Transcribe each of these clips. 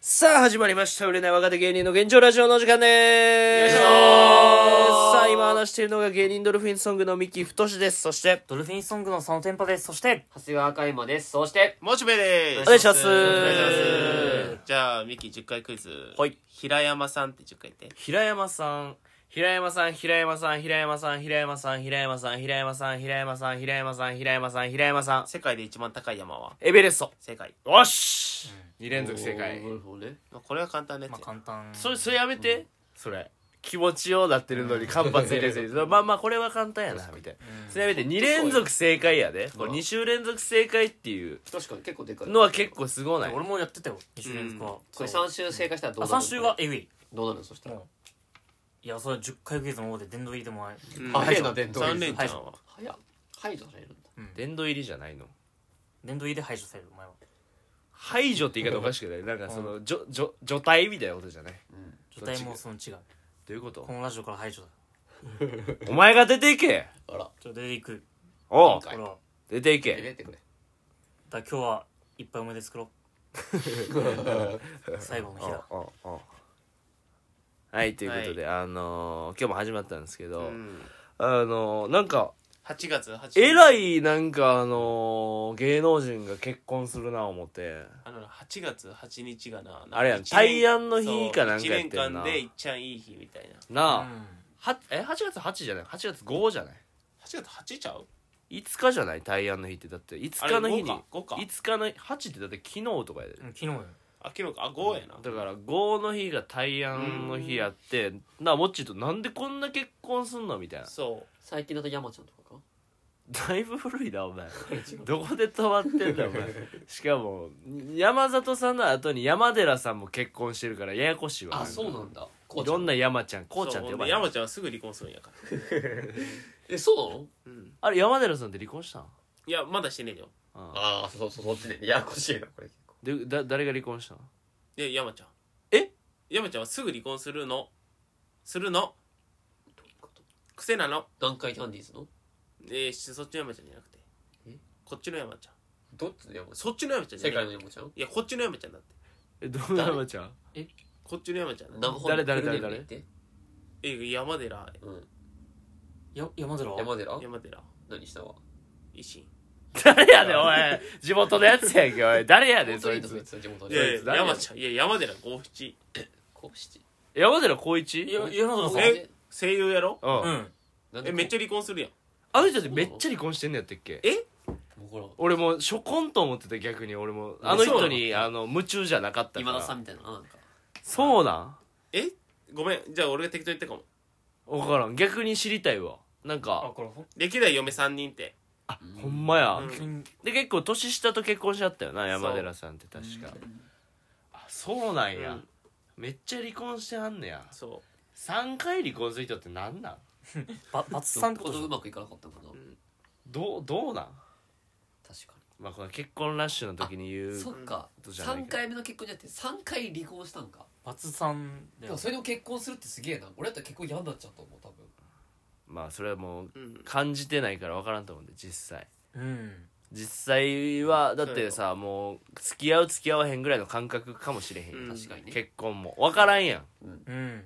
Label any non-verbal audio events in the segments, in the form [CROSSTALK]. さあ始まりました売れない若手芸人の現状ラジオのお時間でーすよいしょーさあ今話しているのが芸人ドルフィンソングの三木太志ですそしてドルフィンソングのそのテンポです。そして、長谷川赤いもですそしてモチベでおす願いしますじゃあミキ10回クイズはい平山さんって10回言って平山さん、平山さん、平山さん、平山さん、平山さん、平山さん、平山さん、平山さん、平山さん、平山さん、平山さん、世界で一番高い山はエベレスト。正解よし2連続正解な。るほどねまあこれは簡単なやつまあ簡単。それそれやめてそれ気持ちようなってるのに間髪入れずにまあまあこれは簡単やなみたいなそれやめて2連続正解やでこれ2週連続正解っていう確かに結構でかいのは結構すごない俺もやってたよ、2週連続は。これ3週正解したらどうあ、なるの3週はエグい。どうなるのそしたらもいや、それは10回クイズの方で殿堂入りでもない。あ早いな伝統3連ちゃんは早っ排除されるんだ殿堂入りじゃないの殿堂入りで排除される、お前は。排除って言い方おかしくないなんかその除除除隊みたいなことじゃない除隊もその違う。どういうことこのラジオから排除だ。お前が出ていけあらちょ、出ていく。おうはこいれは。出てい入けれてくれだから今日はいっぱい思い出作ろう。最後の日だ。おうおうはいということで、あのー今日も始まったんですけど、うんあのーなんか8月8月えらいなんかあのー芸能人が結婚するな思ってあのな8月8日がなあれやん大安の日かなんかやってんな1年間でいっちゃんいい日みたいななあ、うんはえ8月8じゃない8月5じゃない8月8ちゃう5日じゃない大安の日ってだって5あれ日の日に5か5か5日の8ってだって昨日とかやでうん昨日よ。あ昨日かあ5やなだから5の日が大安の日やってなあもっちーとなんでこんな結婚すんのみ [LAUGHS] たいなそう最近だと山ちゃんとかかだいぶ古いなお [LAUGHS] 前どこで止まってんだお [LAUGHS] 前しかも山里さんの後に山寺さんも結婚してるからややこしいわあそうなんだこいうちゃろんな山ちゃんこうちゃんってそう呼ほばでれる山ちゃんはすぐ離婚するんやからえそうなのうんあれ山寺さんって離婚したんいやまだしてねえよあああそうそうそっちねややこしいなこれ結構でだ誰が離婚したんで山ちゃんえ山ちゃんはすぐ離婚するのするの癖なの南海キャンディーズのえー、しそっちの山ちゃんじゃなくてえこっちの山ちゃんどっちの山ちそっちの山ちゃゃんんじゃ世な界いの山ちゃんいやこっちの山ちゃんだってえどんな山ちゃんこっちの山ちゃんだって生放送誰誰誰フルネーム言ってえ山寺うんや、山寺は山寺山寺何したわ維新 [LAUGHS] 誰やねんおい地元のやつやんけおい誰やねん本当そにいいいとこ行っつてた地元いやでいや誰や山ちゃんいや山寺五七こうして山寺宏一いや山寺さん。え声優やろうんうん。なんでえこうめっちゃ離婚するやんあの人ってめっちゃ離婚してんのやったっけえもうほら俺もう初婚と思ってた逆に俺もあの人にあの夢中じゃなかったか今田らさんみたいななんかそうなんえごめんじゃあ俺が適当言ったかも分からん逆に知りたいわなんあ、かこれほん歴代嫁三人ってあほんまや、うんとにで結構年下と結婚しちゃったよなう山寺さんって確かあそうなんや、うんめっちゃ離婚してはんねやそ3回離婚する人ってなんなんババツさんってこことじゃとうんまくいかなかったのかなうどうどうなん確かまあこの結婚ラッシュの時に言にうそっかことじゃないけど3回目の結婚じゃなくて3回離婚したんかバツさんだでよもそれでも結婚するってすげえな俺だったら結婚嫌になっちゃうと思う多分まあそれはもうううん感じてないから分からんと思うんで実際うん実際はだってさもう付き合う付き合わへんぐらいの感覚かもしれへんやん、うん確かにね結婚も分からんやんうん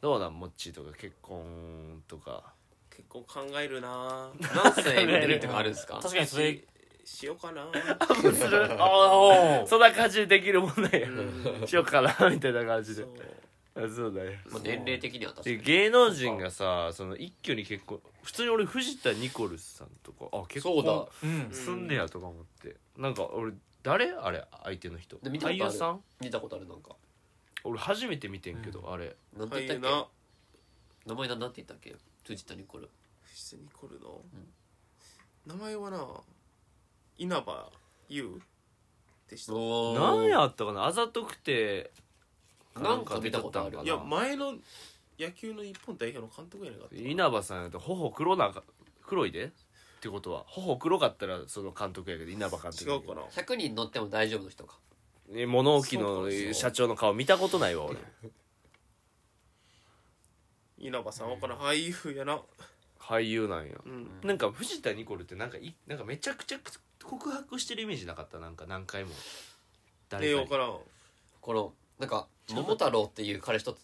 どうなんモッチーとか結婚とか結構考えるなぁ何歳の時とかあるんですか確かにそれししようかなす [LAUGHS] るああそんな感じでできるもんなんや、うんしようかなみたいな感じでそうあそうだよまあ年齢的には確かでに芸能人がさその一挙に結婚普通に俺藤田ニコルさんとかあ結婚そううんすんねやとか思って、なんか俺誰あれ相手の人で見たこ俳とある優さん見たことあるなんか俺初めて見てんけど、あれ何俳て言優ったっなけ名前なんて言ったっけ辻田ニコルシニコルの、名前はな稲葉優でしたいお何やったかなあざとくてなんか見たことあなるんか出や前の野球の日本代表の監督やねんかったかな稲葉さんやと頬黒なか黒いでってことは頬黒かったらその監督やけど稲葉監督違うかな100人乗っても大丈夫の人かえ物置そうのかそう社長の顔見たことないわ俺稲葉さんはこの俳優やな俳優なんやうんなんか藤田ニコルってなんかいなんかめちゃくちゃ告白してるイメージなかったなんか何回もええ誰か分にからんこのなんか桃太郎っていう彼一つ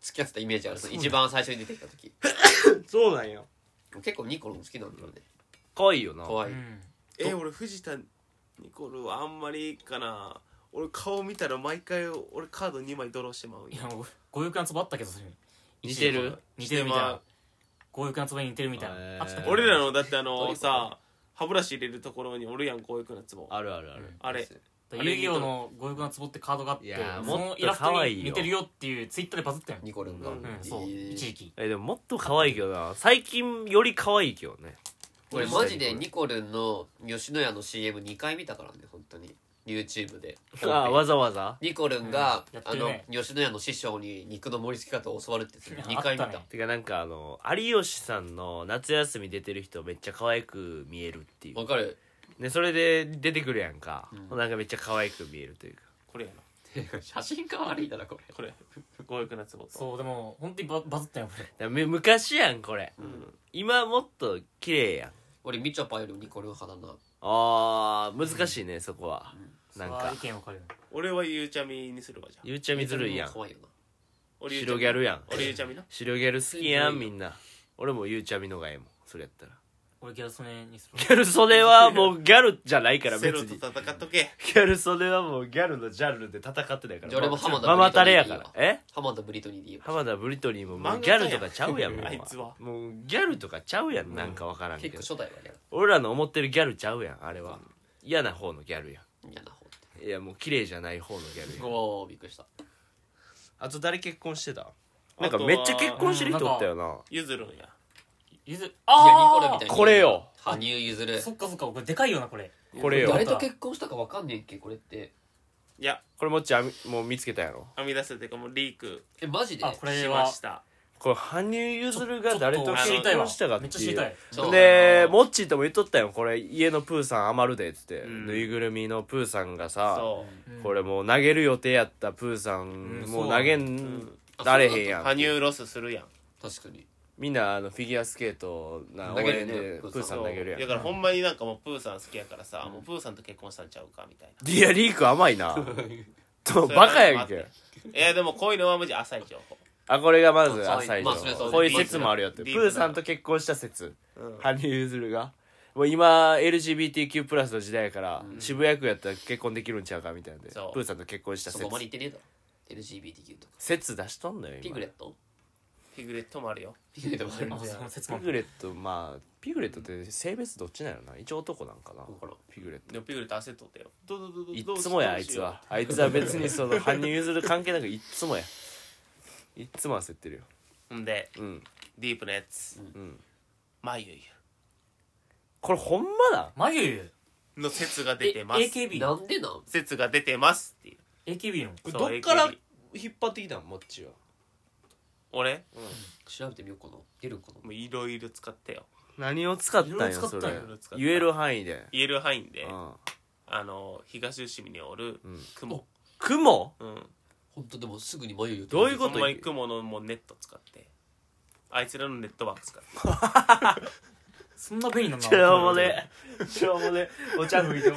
付き合ってたイメージあるその一番最初に出てきた時そうなんよ結構ニコルも好きなんだよね可愛いよな可愛いんえ俺藤田ニコルはあんまりかな俺顔見たら毎回俺カード2枚ドローしてまうんいややもうご予感つばあったけどそれに似てる似てるみしてまたいなうご予感つばに似てるみたいへなーあったっけ俺らのだってあどういうのことさ歯ブラシ入れるところにおるやんこういうくなつぼあるあるある、うんあれ遊戯王のご予感つぼってカードがあっいてやーそもっのとイラスト可愛いによ似てるよっていうツイッターでバズったよニコルがうんうんそういい一時期えでももっと可愛いけどな最近より可愛いけどね俺マジでニコルンの吉野家の CM2 回見たからね本当に YouTube でああわざわざニコルンが、うんやっあてるのね吉野家の師匠に肉の盛り付け方を教わるっていや2回見たあったねてかなんかあの有吉さんの夏休み出てる人めっちゃ可愛く見えるっていうわかる [LAUGHS] でそれで出てくるやんか、うんなんかめっちゃ可愛く見えるというかこれやな写真が悪いだなこれこれこういうくなつぼとそうでも本当にババズったよ俺だからむ昔やんこれうん今もっと綺麗やん俺みちょぱよりもニコルン派だなあー難しいね、そこはなんそれはか意見分かれる俺はゆうちゃみにするわじゃあゆうちゃみずるいやん可愛いよな俺ゆうちゃ白みギャルやん俺ゆうちゃ [LAUGHS] みな白ギャル好きやんみんな俺もゆうちゃみのがええもんそれやったら俺ギャル曽根にするギャル袖はもうギャルじゃないからセ別ロにとギ戦っとけャル袖はもうギャルのジャンルで戦ってないからじゃあ俺も浜田ママタレやかブリらトニーえ浜田ブリトニーで言う浜田ブリトニーももう漫画ギャルとかちゃうやん家もやうんあいつはもうギャルとかちゃうやんなんかわからんけ結ど構初代はね俺らの思ってるギャルちゃうやんあれは嫌な方のギャルや嫌な方ってんいやもう綺麗じゃない方のギャルやんおーびっくりしたあと誰結婚してたなんかめっちゃ結婚してる人おったよなゆずるんやゆずいやニコルンあみたいにこれよ羽生結あ弦そっかそっかこれでかいよなこれこれよ誰と結婚したかわかんねえっけこれっていやこれもっちあみもう見つけたやろ編み出せてかもうリークえマジであこれしはましたこれ羽生結弦が誰とちょっ結知りたいわ婚したかってめいっうちゃ知りたいそうであのモッチーとも言っとったよこれ家のプーさん余るでっつって、んぬいぐるみのプーさんがさそこれもう投げる予定やったプーさん、うんもう投げうんんだれへんうやん、羽生ロスするやん確かにみんなあのフィギュアスケートな応投げ援るねでププーさーさんん投そうげるやんだからほんまになんかもうプーさん好きやからさうんもうプーさんと結婚したんちゃうかみたいいやリーク甘いなとバカやんけないやでもこういうのはマジ浅い情報あこれがまずまあ浅いまあそれはそうこういう説もあるよってプディープーなさんと結婚した説うん羽生結弦がもう今 LGBTQ+ プラスの時代やから、渋谷区やったら結婚できるんちゃうかみたいなんでプそうーさんと結婚したそ説こまで言ってねえだろ LGBTQ とか説出しとんのよ今ピグレットピグレットもあるよピグレットもあるあのその説ピもグレットまあピグレットって性別どっちなのな一応男なんかなわからんピグレットでもピグレット焦っとったよどうぞどうぞいどうぞっつもやどあういぞつはあいつは別にその羽生結弦関係なくいっつもやいっつも焦ってるよほんでうんディープなやつうんまゆゆこれほんまだ眉ゆの説がえ出てます AKB なんでなん説が出てますっていう AKB のそうどっから AKB 引っ張ってきたんもっちは俺調べてみようかな出るんかなもういろいろ使ったよ何を使ったんいやろいろ使そったんれいやろいろ使った言える範囲で言える範囲でうんあの東伏見におるうん雲雲うん本当でもすぐに眉毛どういうほこんとまに雲のもうネット使ってあいつらのネットワーク使ってそんな便利なんだしょうもねしょうもねお茶拭いても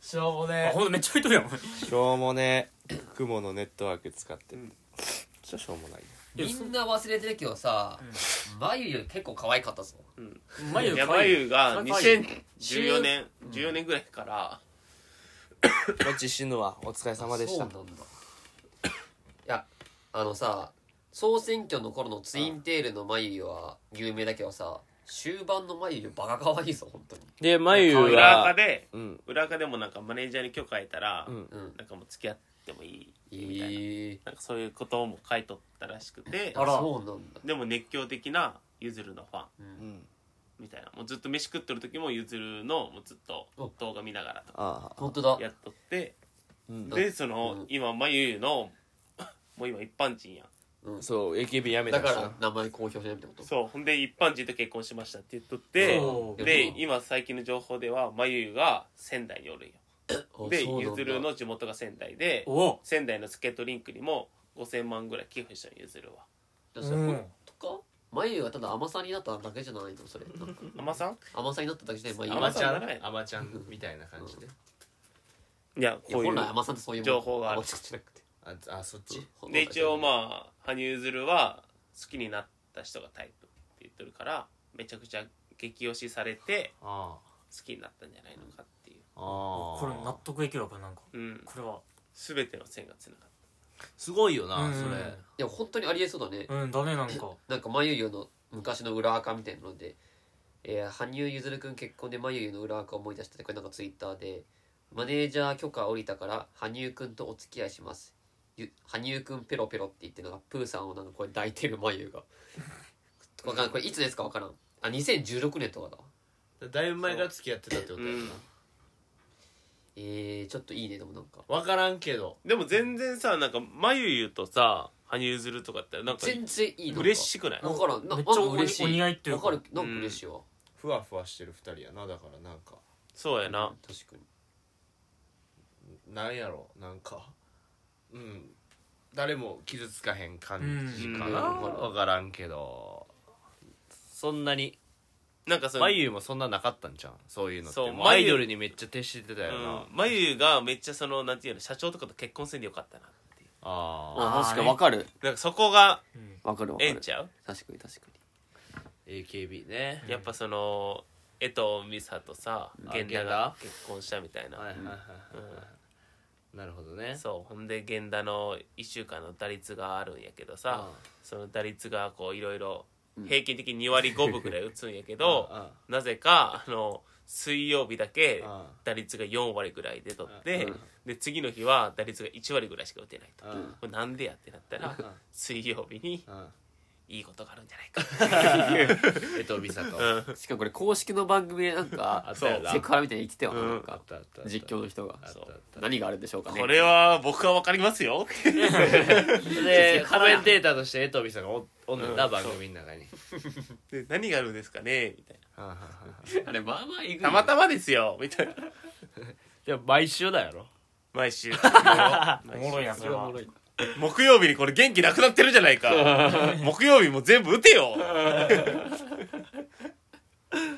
しょうもあねほんとめっちゃ入っとるやんお前しょうもね雲のネットワーク使ってうんちょっとしょうもないよみんな忘れてるけどさ眉毛結構可愛かったぞ眉いや可愛い眉が可愛い2014年14年ぐらいからもち死ぬわお疲れ様でしあたそうなんだいやあのさ総選挙の頃のツインテールの眉毛は有名だけどさ終盤の眉毛バカ可愛いぞ本当にで眉裏垢はでうん裏垢でもなんかマネージャーに許可得たら、うんうんなんかもう付き合ってもいいみたいな,、ええなんかそういうことも書いとったらしくてあらそうなんだでも熱狂的なゆずるのファンうんみたいなもうずっと飯食ってる時もゆずるのもうずっとお動画見ながらとかああ本当だやっとってうんでその、うん今まゆゆの [LAUGHS] もう今一般人やんそう AKB やめだたしからな名前公表しないってことそうほんで一般人と結婚しましたって言っとってそうでうん今最近の情報ではまゆゆが仙台におるんよあでそうなんゆだずるの地元が仙台でおお仙台のスケートリンクにも5000万ぐらい寄付したんよゆずるはだからそれうん本当か眉毛がただ甘さになっただけじゃないのそれな [LAUGHS] んか甘さん甘さになっただけじゃない眉毛甘さいやアマちゃんみたいな感じでいやこうい本う来甘さってそういうもん情報がある甘さじゃなくてああそっちで一応まあ羽生結弦は好きになった人がタイプって言ってるからめちゃくちゃ激推しされてあ好きになったんじゃないのかっていう、あああこれ納得できるわこれなんかうん、これは全ての線がつながっすごいよな、うんそれいや本当にありえそうだねうんダメなんかなんか眉毛の昔の裏垢みたいなので、えー羽生結弦君結婚で眉毛の裏垢を思い出したってこれなんかツイッターでマネージャー許可降りたから羽生君とお付き合いしますゆ羽生君ペロペロって言ってるのがプーさんをなんかこれ抱いてる眉が [LAUGHS] わかんないこれいつですかわからんあ2016年とかだだいぶ前から付き合ってたってことやな、うんえー、ちょっといいねでもなんかわからんけどたでも全然さなんか眉ゆとさ羽生結弦とかってなんか全然いいの嬉しくないわからんなめっちゃなんかお嬉しいお似合いっていうわかかるなんか嬉しいわ、ふわふわしてる二人やなだからなんかそうやな確かになんやろなんかうん誰も傷つかへん感じかな、うんわからんけどそんなになんかその眉もそんななかったんじゃんそういうのってそうもうアイ眉ドルにめっちゃ徹してたよな、あうん、眉がめっちゃそのなんていうの社長とかと結婚せんでよかったなっていうああーーあ確かにわかるなんかそこがわかるわええんちゃう確かに確か AKB ねやっぱその江藤美沙とさあ源田が結婚したみたいな、はいはいはいはい、なるほどねそうほんで源田の1週間の打率があるんやけどさ、その打率がこういろいろ平均的に2割5分ぐらい打つんやけど、あなぜかあの水曜日だけあ打率が4割ぐらいで取って、で次の日は打率が1割ぐらいしか打てないと、うんこれなんでやってなったら、ん水曜日に [LAUGHS] うんいいことがあるんじゃないか江藤美里うんしかもこれ公式の番組でなん [LAUGHS] かあったよなセクハラみたいに言ってたよなうんなんあかったあったあった実況の人があったあった何があるんでしょうかねこれは僕は分かりますよ [LAUGHS] でコメンテーターとして江藤美さんがおおんねんなうん番組の中にで何があるんですかねみたい [LAUGHS] あれまあまあえぐいよなたまたまですよみたいなでも毎週だやろ毎週おもろいなそれは木曜日にこれ元気なくなってるじゃない [LAUGHS] か木曜日も全部打てよ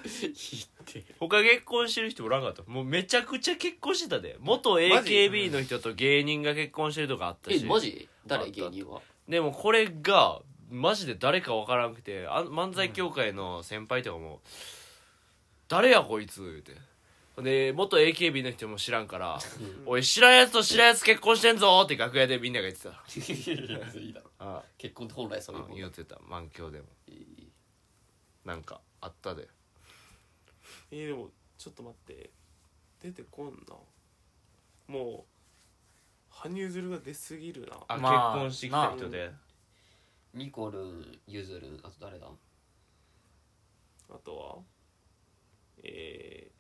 他結婚してる人おらんかったもうめちゃくちゃ結婚してたで元マジ AKB の人と芸人が結婚してるとかあったえしマジあ誰った芸人はでもこれがマジで誰かわからなくてあ漫才協会の先輩とかも「誰やこいつ」言うてほんで元 AKB の人も知らんから「おい知らんやつと知らんやつ結婚してんぞ」って楽屋でみんなが言ってたいいだろあ結婚って本来そういうあもん言ってた満響でもなんかあったで [LAUGHS] えーでもちょっと待って出てこんなもう羽生結弦が出すぎるなあ、まあ結婚してきた人でニコルンユズルンあと誰だあとはえ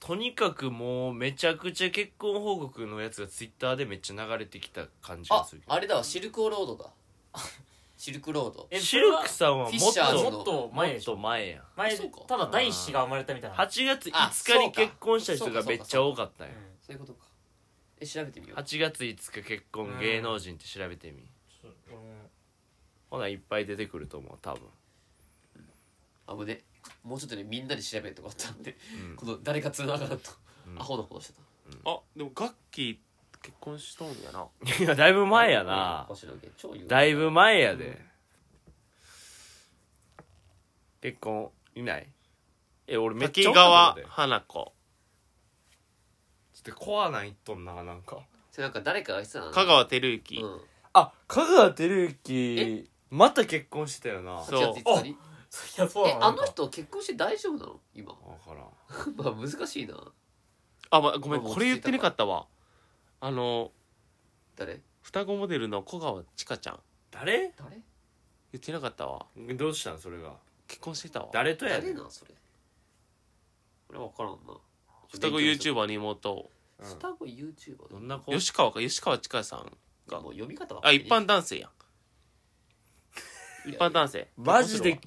とにかくもうめちゃくちゃ結婚報告のやつがツイッターでめっちゃ流れてきた感じがあするけどあれだわシルクロードだ [LAUGHS] シルクロードえシルクさんはフもィッっシャーズとのもっとも前でっしょと前やん前そうかただ第一子が生まれたみたいな8月あ5日に結婚した人がめっちゃ多かったんやうんそういうことかえ調べてみよう8月5日結婚芸能人って調べてみちょっと俺もほないっぱい出てくると思う多分あぶねもうちょっとねみんなで調べるとこあったんで、この誰かつながると、アホなことしてたーあでもガッキー結婚しとんやな [LAUGHS] いやだいぶ前やな星野源超有名だいぶ前やで結婚いないえ俺めっちゃ滝多か川ったで花子ちょっとコアなん言っとんななんかそれなんか誰かが言ってたな香川照之、うんあ香川照之また結婚してたよなわそう8月5日にいやそうえなあんのだ人結婚して大丈夫なの今からんまあ難しいなあ、ま、ごめんもうこれ言ってなかったわあの誰双子モデルの小川千佳ちゃん誰誰言ってなかったわどうしたんそれが結婚してたわ誰とやね誰んなそれこれ分からんな双子 YouTuber の妹うん双子 YouTuber どんな子吉川か吉川千佳さんがもう読み方わかあんない一般男性やん一般男性マジで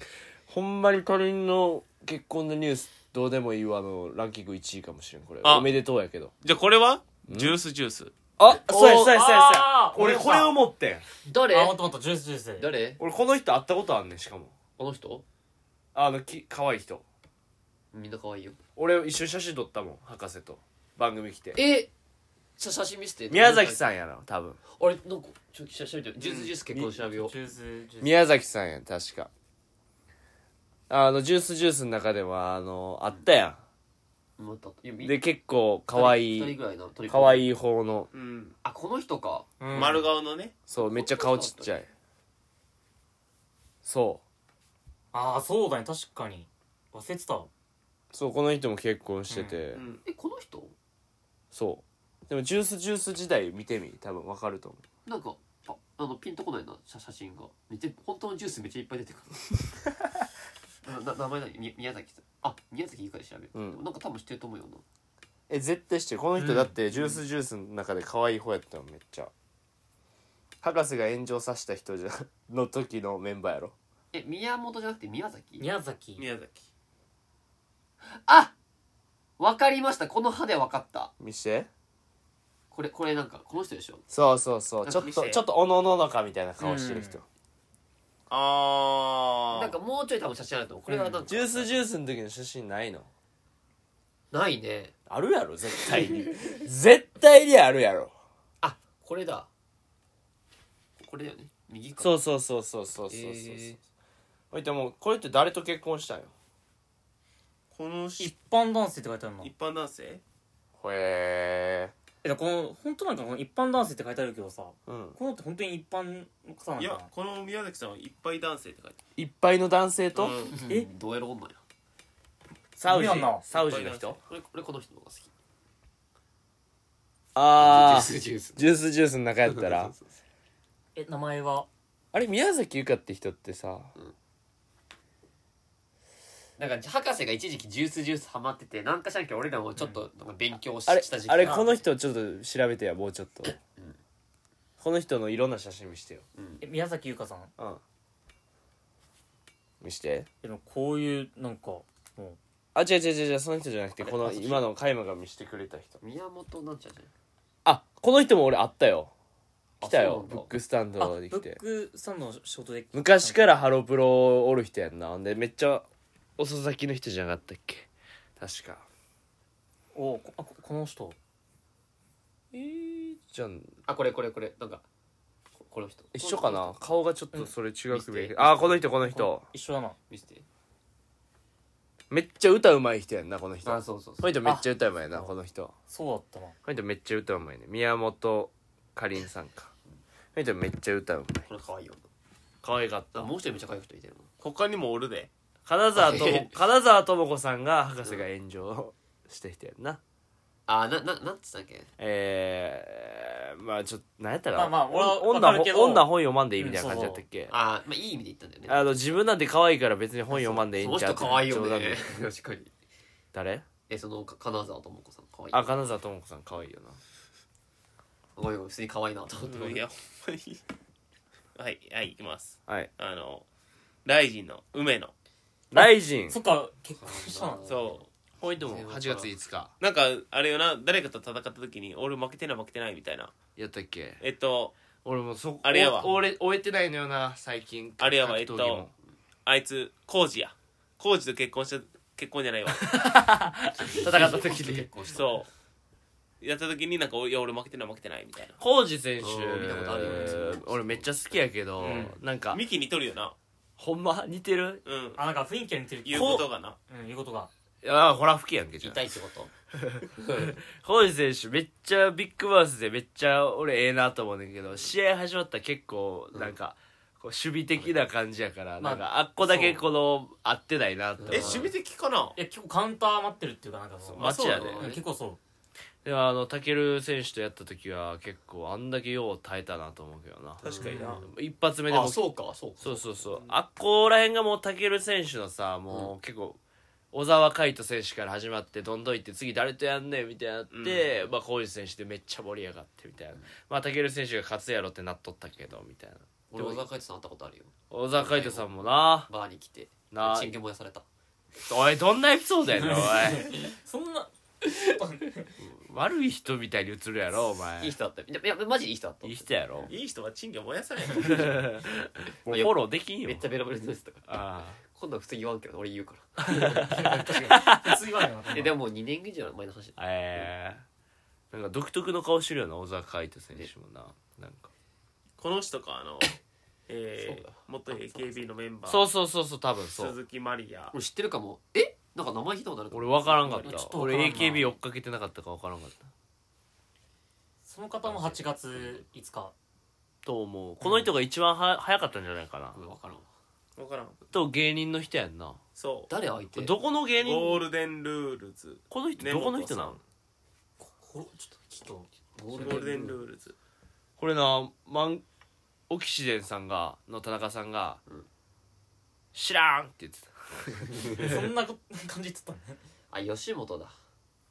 ほんまに他人の結婚のニュースどうでもいいわのランキング1位かもしれんこれあおめでとうやけどじゃあこれはジュースジュースあそうやおーそうやそうやそうやあー俺俺さこれを持ってん誰あもっともっとジュースジュースで誰俺この人会ったことあんねんしかもこの人あのき可愛い人みんな可愛いよ俺一緒に写真撮ったもん博士と番組来てえちゃ写真見せて宮崎さんやろ多分あれなんかちょっと調べてジュースジュース結婚調べようジュースジュース宮崎さんやん確かあのジュースジュースの中ではあのあったやまたいやんみで結構可愛二人いぐらいな可愛いい方のうん、あこの人かうん丸顔のねそうめっちゃ顔ちっちゃいそああそうだね確かに忘れてたうそうこの人も結婚してて、うんえこの人そうでもジュースジュース時代見てみ多分わかると思なんかああのピンとこないな写写真がめっちゃ本当のジュースめっちゃいっぱい出てく [LAUGHS] るなな名前何み宮崎さんあ宮崎ゆかで調べる、うんでもなんか多分知ってると思うよなうえ絶対してるこのう人んだってジュースジュースの中で可愛い方やったのめっちゃ博士が炎上させた人じゃ [LAUGHS] の時のメンバーやろえ宮本じゃなくて宮崎宮崎宮崎あわかりましたこの歯でわかった見してこれこれなんかこの人でしょそうそうそうなんちょかっ見とちょっとおのののかみたいな顔してる人、あなんあかもうちょい多分写真あると思うこれはなんか、ジュースジュースの時の写真ないのないねあるやろ絶対に絶対にあるやろあこれだこれだよね右かそうそうそうそうそうそうそうそう、えーおいでもこれって誰と結婚したんよこのし一般男性って書いてあるの一般男性へええだからこの本当なんかこの一般男性って書いてあるけどさこうんのって本当に一般の方なんいだやなこの宮崎さんはいっぱい男性って書いていっぱいの男性と、ある、うんえどうやら女やサウジいるやんなサウジの人これこれこの人の方が好きあジュースジュースジュースジュースの中やったらえ名前はあれ宮崎ゆかって人ってさなんか博士が一時期ジュースジュースハマっててなんかしなきゃ俺らもちょっとなんか勉強しあれした時期あれがこの人ちょっと調べてやもうちょっと、この人のいろんな写真見してよ、え宮崎優香さんうん、見してでもこういうなんかもうあ違う違う違う違うその人じゃなくてあれこのあそっち今のカイマが見してくれた人宮本なんちゃらじゃないあこの人も俺あったよ来たあそうよなんだブックスタンあドブに来てックさんの仕事で昔からハロプロおる人やんなでめっちゃ遅咲きの人じゃなかったっけ確かおこあここの人えー、じゃああこれこれこれなんかここの人一緒かな顔がちょっとそれ違うく見べきてあーこの人この人一緒だな見せてめっちゃ歌うまい人やんなこの人あこそうそうそのう人めっちゃ歌うまいなこの人こそうだったなの人めっちゃ歌うまいね宮本かりんさんかこの人めっちゃ歌うまいこれ可愛いよ可愛かっあもう一人めっちゃ可愛い人いてる他にもおるで金沢とも金沢智子さんが博士が炎上してきたやんなああなななんつったっけえー、まあちょっと何やったら、まあまあ俺はおわ女ほかるけど女本読まんでいいみたいな感じだったっけ、あーまあいい意味で言ったんだよねあの自分なんて可愛いから別に本読まんでいいそんのちゃう人可愛いよ冗談ねで [LAUGHS] 確かに誰えそのか金沢智子さん可愛いあ金沢智子さん可愛いよなごめんごめん普通に可愛いなと思って、いやほんまにはいはいいきますはいあのライジンの梅野大臣そっか結婚したなそうほいでも8月5日なんかあれよな誰かと戦った時に俺負けてない負けてないみたいなやったっけえっと俺もそあれやわお俺終えてないのよな最近あれやわ格闘技もえっとあいつコージやコージと結婚した結婚じゃないわ戦った時に結婚したそうやった時になんか「いや俺負けてない負けてない」みたいな浩二選手うん見たことあるよ俺めっちゃ好きやけど、うんなんかミキ似とるよなほんま似てるうんあなんか雰囲気は似てる言うことがなうん言うことがああほら吹きやんけじゃん痛いっ [LAUGHS] てこと浩二選手めっちゃビッグマウスでめっちゃ俺ええなと思うねんだけど試合始まったら結構なんか、こう守備的な感じやから、まなあんかあっこだけこの合ってないなって思うえ守備的かないや結構カウンター待ってるっていうかなんかそのマッチやあでそうなのうん結構そうでもあのタケル選手とやった時は結構あんだけよう耐えたなと思うけどな確かにな一発目でもあそうかそうかそうそうそうあっこらへんがもうタケル選手のさもう結構小沢海人選手から始まってどんどんいって次誰とやんねんみたいになって、まあ浩二選手でめっちゃ盛り上がってみたいな、まあタケル選手が勝つやろってなっとったけどみたいな俺小沢海人さん会ったことあるよ小沢海人さんもなバーに来てなチンゲ燃やされたおいどんなエピソードやねん [LAUGHS] おいそんな悪い人みたいに映るやろお前いい人だったよいやいやマジでいい人だったいい人やろいい人は賃金燃やさないもうフォローできんよめっちゃベロベロになってたからあ今度は普通に言わんけど俺言うから普通言わないなえでももう2年以上前の話だあええなんか独特の顔してるよな小沢海人選手もななんかこの人かあの、えそうーだ、元 AKB のメンバーそうそうそうそう多分そう鈴木まりや俺知ってるかもえなんか名前聞いたことあるかも俺分からんかっちょったと分からんな俺 AKB 追っかけてなかったから分からんかったその方も8月5日と思うこの人が一番は早かったんじゃないかなごめん分からんわ分からんと芸人の人やんなそ誰相手どこの芸うゴ人ールデンルールズこの人どこの人なんここちょっとちょっゴゴールデンルールズこれなマンオキシデンさんがの田中さんがうん「知らん!」って言ってたとそんなこ感じ言ってたねあ吉本だ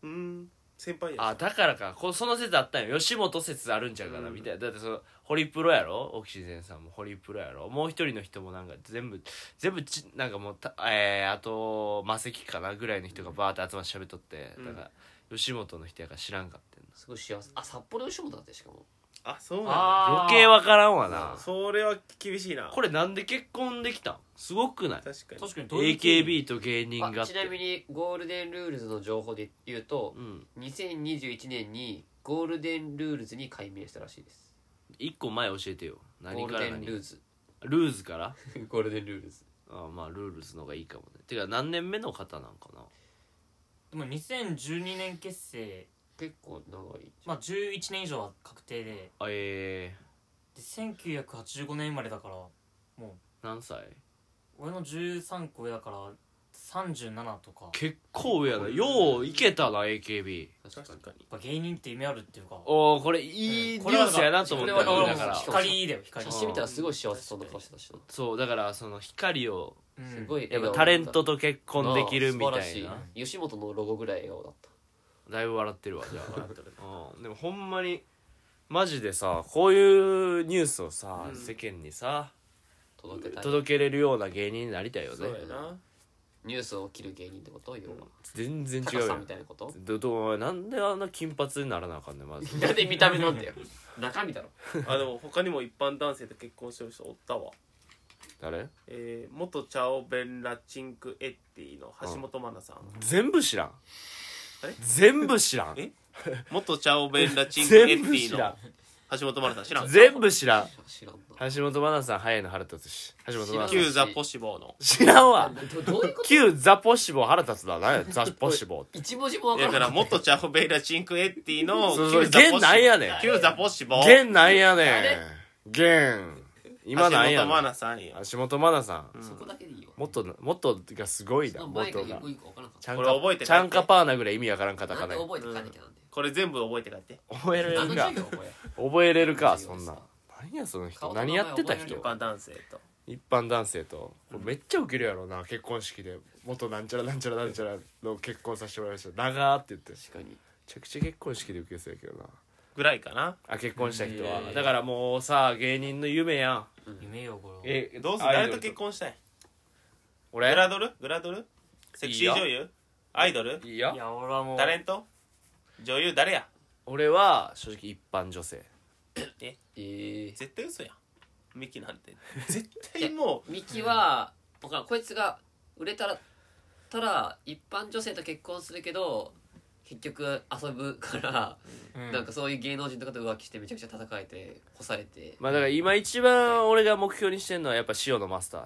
うん先輩やあだからかこその説あったんよ吉本説あるんちゃうかなみたいな、だってそのホリプロやろオキシゼンさんもホリプロやろもう一人の人もなんか全部全部ちなんかもうたえー、あとマセキかなぐらいの人がバーって集まって喋っとって、うんだから吉本の人やから知らんかってんすごい幸せあ札幌吉本だってしかもあそうななあー余計わからんわなのそれは厳しいなこれなんで結婚できたんすごくない確かに確かにどういう経緯 AKB と芸人があってちなみにゴールデンルールズの情報で言うとうん2021年にゴールデンルールズに改名したらしいです一個前教えてよゴ何ーかルらデ何ンルーズ [LAUGHS] ルーズからゴールデンルールズあまあルールズの方がいいかもねてか何年目の方なんかなでも2012年結成結構長いまあ11年以上は確定であえで1985年生まれだからー、何歳俺の13個上だから37とかやっ結構上やなよういけたな AKB 確かにぱ芸人って夢あるっていうかおおこれいいニこれュはースやなと思ったこれよはこれはだからしかも光だよ光写真見たらすごい幸せそうな顔してたしなそうだからその光をうんすごいやっ笑ぱ顔タレントと結婚できるみああた素い晴ならしい吉本のロゴぐらい笑顔だっただいぶ笑ってるわじゃあ、うん、でもほんまにマジでさこういうニュースをさ、うん世間にさ届けたい届けれるような芸人になりたいよそうねやなニュースを切る芸人ってこと要は全然違高うさよんみたいなことどどうなんであんな金髪にならなあかんねんまず [LAUGHS] なんで見た目なん [LAUGHS] だよ中身だろあでも他にも一般男性と結婚してる人おったわ誰えー、元チャオベンラチンクエッティの橋本真奈さん、全部知らんれ全部知らんえ元チャオベンラチンクエ全ッテ部ィ知らんの橋本真奈さん知らん全部知らん知らんな橋本真奈さん早いの腹立つし橋本真奈キさんューザポシボーの知らんわどどういうこと旧ザ・ポッシボー腹立つだな何やザ・ポッシボーって一文字もい分やだかかららん元チャオベンラチンクエッティのそうそうキューザポシ現なんやねんキューザポシボー現なんやねん現今なんや橋本ね真ん奈さんや橋本真奈さんそこだけでいいよもっともっとがすごいそなのもっ前がとよがくいくか分からんかっちゃんこれ覚えかて帰ってちゃんかパーなぐらい意味わからんかったかたなんでね覚えてかなきゃなんでこれ全部覚えて帰って覚えれ何るのか授業覚え覚えれるかそ授業んですなか何やその人顔と名何前やってた覚えれ人一般男性と一般男性とこれめっちゃウケるやろな結婚式で元なんちゃらなんちゃらなんちゃらの結婚させてもらいました長ーって言ってめ確かにちゃくちゃ結婚式でウケそうやけどなぐらいかなあ結婚した人うはんだからもうさ芸人の夢やん夢よこれはえどうするアイ誰ドとル結婚したいグラ俺ドルグラドルセクシー女優アイドルいいよいや俺はもうタレント女優誰や俺は正直一般女性ええ絶対嘘やんミキなんて絶対もミキは分からんこいつが売れたらたら一般女性と結婚するけど結局遊ぶから、うんなんかそういう芸能人とかと浮気してめちゃくちゃ叩かれて干されてまあだから今一番俺が目標にしてんのはやっぱ塩のマスター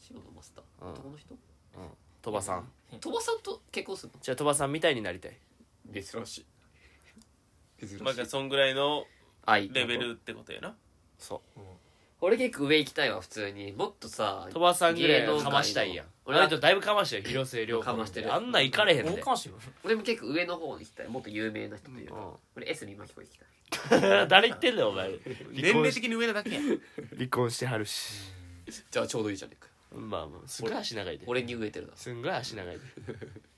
白のマスタうーん男の人鳥羽さん鳥羽さんと結婚するじゃあ鳥羽さんみたいになりたいの珍しい珍う [LAUGHS] まあそんぐらいの愛レベルってことやなそう俺結構上行きたいわ普通にもっとさ鳥羽さんぐらい芸能界かのましたいやん俺俺はあとだいぶかましたよ広末涼子かましてるあんなん行かれへん大でかましよ俺も結構上の方に行きたいもっと有名な人というか、うん俺 S に巻き子行きた [LAUGHS] い誰言ってんだよお前 [LAUGHS] 年齢的に上なだけや離婚してはるしじゃあちょうどいいじゃねえかまあまあすんごい足長いで俺に植えてるなすんごい足 [LAUGHS] 長いで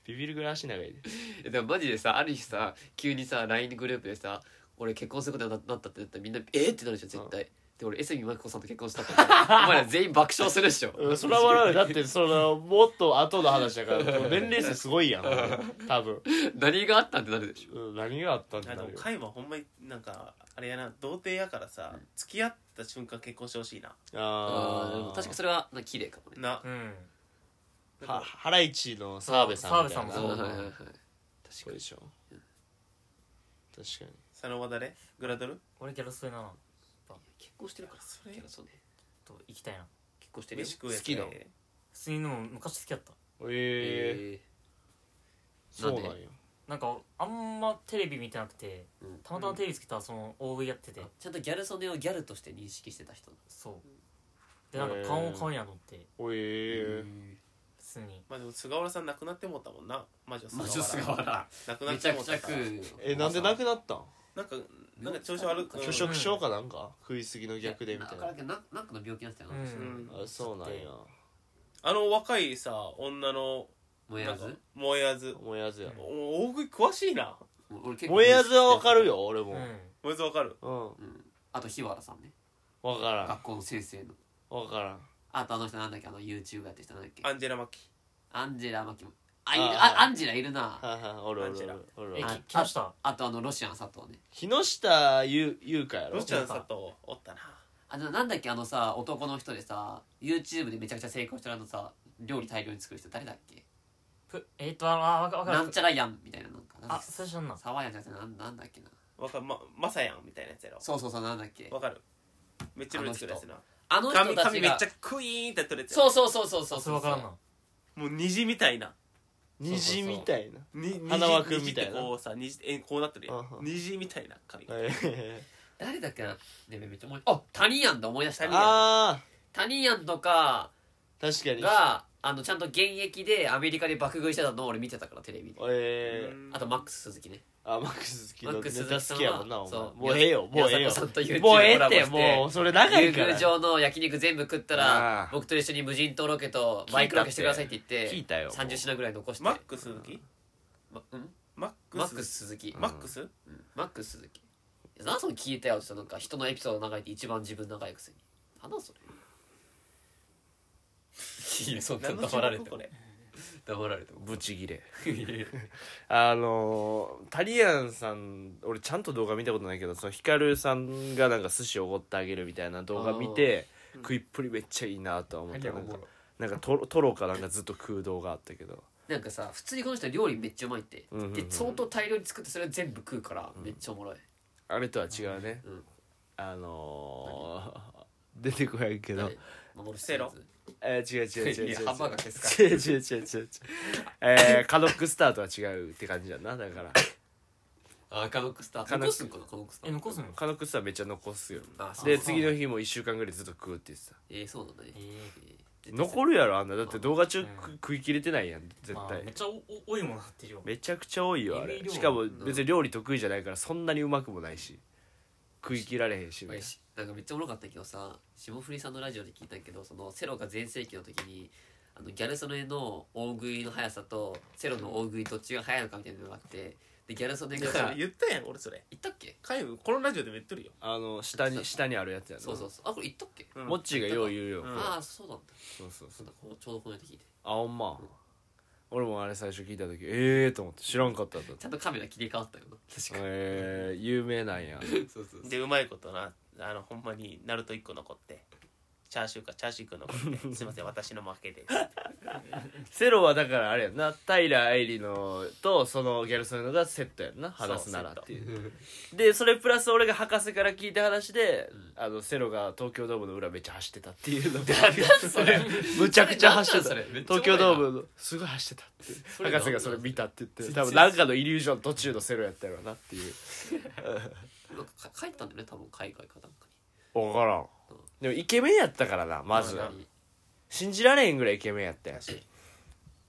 ビビるぐらい足長いでえでもマジでさある日さ急にさ LINE グループでさ俺結婚することにななったって言ったらみんなえー、ってなるでしょ絶対、で俺江角真紀子さんと結婚したからお前ら [LAUGHS] 全員爆笑するでしょそれは笑うよだってそのもっと後の話だから年齢差すごいやん多分、何があったんってなるでしょうん、何があったんだあろのうカイマほんまになんかあれやな童貞やからさ付き合った瞬間結婚してほしいなあーでもあ確かそれはなんか綺麗かもねなうんーはハライチの澤部さんみたいな澤部さんもそうはいはいはいそうでしょ確かに佐野は誰グラドル俺ギャル添いな結婚してるからそれキャラそうねと行きたいな結婚してるよ飯食うやつ好きなのえ普通にでも昔好きだったえええそうなんやなんなんかあんまテレビ見てなくてーうんたまたまテレビつけたらその大食いやってて、あちゃんとギャル曽根をギャルとして認識してた人そうでなんか顔も可愛いなと思っておえ普通にまあでも菅原さん亡くなってもったもんな魔女魔女菅菅原原亡くなめっちてゃもくっちゃた食かうらえなんでなくなったんなんかなんか調子悪くうん拒食症かなんか食いすぎの逆でみたいななななんかの病気になってたような、んあそうなんやあの若いさ女の燃えなあんかず燃えあず燃えあずやお大食い詳しいな俺結構燃えあずはわかるよ俺うもん燃えあずわかるうんうんあと日原さんねわから学校の先生のんわからん [LAUGHS] あとあの人なんだっけあの YouTuber やってる人なんだっけアンジェラ・マキアンジェラ・マキもあいあるーあアンジェラいるはないはいおるおるアンジェラおるおえるあき木下あとあのロシアン佐藤ね木下ゆ優香やろロシアン佐藤おったなあのなんだっけあのさ男の人でさ YouTube でめちゃくちゃ成功してるあのさ料理大量に作る人誰だっけぷえっとあのあわかわかるなんちゃらやんみたいななんかなんだあっけ最初なんなんサワヤンじゃなくてなんなんだっけなわかままさやんみたいなやつやろそうそうそうなんだっけわかるめっちゃ料理作るやつなあの人髪たち髪めっがちゃクイーンって取れてそうそうそうそうそうそれわからんなもう虹みたいな虹みたいなに花輪君みたいな虹ってこうさ虹えこうなってるやうんんうん虹みたいな髪ええ誰だっけなねめっちゃ思いあタニヤンだ思い出したあタニヤンとかー確かがあのちゃんと現役でアメリカで爆食いしてたのを俺見てたからテレビでにええあとマックス鈴木ねあマックス好きマのックネスタ鈴木さ好きんはやもんなお前そうもうええよもうええ宮よ迫さんと YouTube もうええコラっボてしてもうそれ長竜いから宮城の焼肉全部食ったああら僕と一緒に無人島ロケとバイクロケしてくださいって言って聞いたよ30品ぐらい残してマックス鈴木マうんマックスマックス鈴木マックスうんマックス鈴木何その聞いたよってなんか人のエピソード長いって一番自分長いくせに何だそれいやそんな何の黙られ種目てこれ黙られ [LAUGHS] てもブチギレあのータリアンさん俺ちゃんと動画見たことないけどそのヒカルさんがなんか寿司おごってあげるみたいな動画見て食いっぷりめっちゃいいなとは思ったなんかなんかトロトロかなんかずっと食う動画あったけどなんかさ普通にこの人料理めっちゃうまいって、うんうんうんで相当大量に作ってそれを全部食うからめっちゃおもろい、あれとは違うね、うんあのー、出てこないけど誰幻セロシリーズえー、違う違う [LAUGHS] 違う違う違ういやハンバーガーですか違う違う違う違うえー、カノックスターとは違うって感じやなだからあカノックスターカノッ残クすんかなカノックスターえ残すのカノックスターめっちゃ残すよあそうで次の日も1週間ぐらいずっと食うって言ってたえー、そうなんだねえー残るやろあんなだって動画中うん食食い切れてないやん絶まあめっ対ちゃおお多いものなってるよめちゃくちゃ多いよあえれぐい量しかも別に料理得意じゃないからそんなにうまくもないし食い切られへんしみたい俺しなんかめっちゃおもろかったけどさ霜降りさんのラジオで聞いたけどそのセロが全盛期の時にあのギャル曽根の大食いの速さとセロの大食いどっちが速いのかみたいなのがあってでギャル曽根いがやそ言れ言ったやん俺それったっけ海部このラジオでも言っとるよなあの下に下にあるやつやなそうそうそうあこれ言ったっけ、うんモッチーがよう言うよ、うんああそうなんだそうそうそそううだこうちょうどこの間聞いてあほんま俺もあれ最初聞いた時ええー、と思って知らんかったと思ってちゃんとカメラ切り替わったよな確かえー、有名なんやにそうそうそうでうまいことなあのほんまにナルト1個残ってチャーシューかチャーシュー1個残 [LAUGHS] ってすいません私の負けですセロはだからあれやんな平愛理のとそのギャルソンのがセットやんな話すならっていうでそれプラス俺が博士から聞いた話で、あのセロが東京ドームの裏めっちゃ走ってたっていうのが [LAUGHS] それむちゃくちゃ走ってたなんなんそれめっちゃおもろ東いな京ドームのすごい走ってたってれなん博士がそれ見たって言って多分なんかのイリュージョン途中のセロやったやろうなっていうなんかか帰ったんだよね多分海外かなんか分からんでもイケメンやったからなまずまあなに信じられへんぐらいイケメンやったやし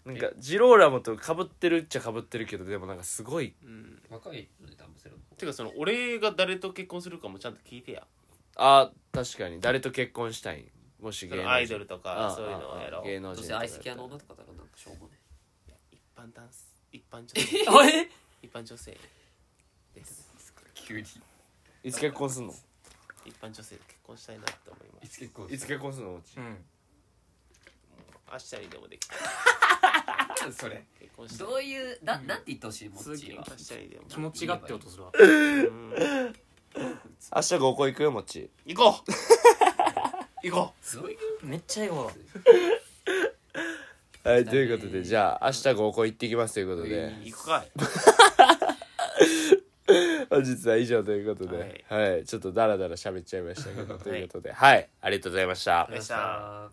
なんかジローラモとかぶってるっちゃかぶってるけどでもなんかすごいうん若いので多分セロの方てかその俺が誰と結婚するかもちゃんと聞いてやあ確かに誰と結婚したいもしそ芸能の人アイドルとあかそういうのをやろあう芸能そ人しとてかアやイっスたキらャの女とかだろなんかしょうもね一般男性一般女性 [LAUGHS] え一般女性です急にいつ結婚すんの一般女性と結婚したいなって思いますつ結構いつ結婚すんのうちうん明日にでもできるそれ結婚したいどういうななんて言ってほしいもっちーは明日にでも気持ちがってことするわ明日合コン行くよもっち行こう [LAUGHS] 行こすごいめっちゃ笑顔だはいということでじゃあ明日合コン行ってきますということでう行くかい [LAUGHS] 本日は以上ということで、はい、ちょっとダラダラ喋っちゃいましたけど、ということで、はい、ありがとうございました。でした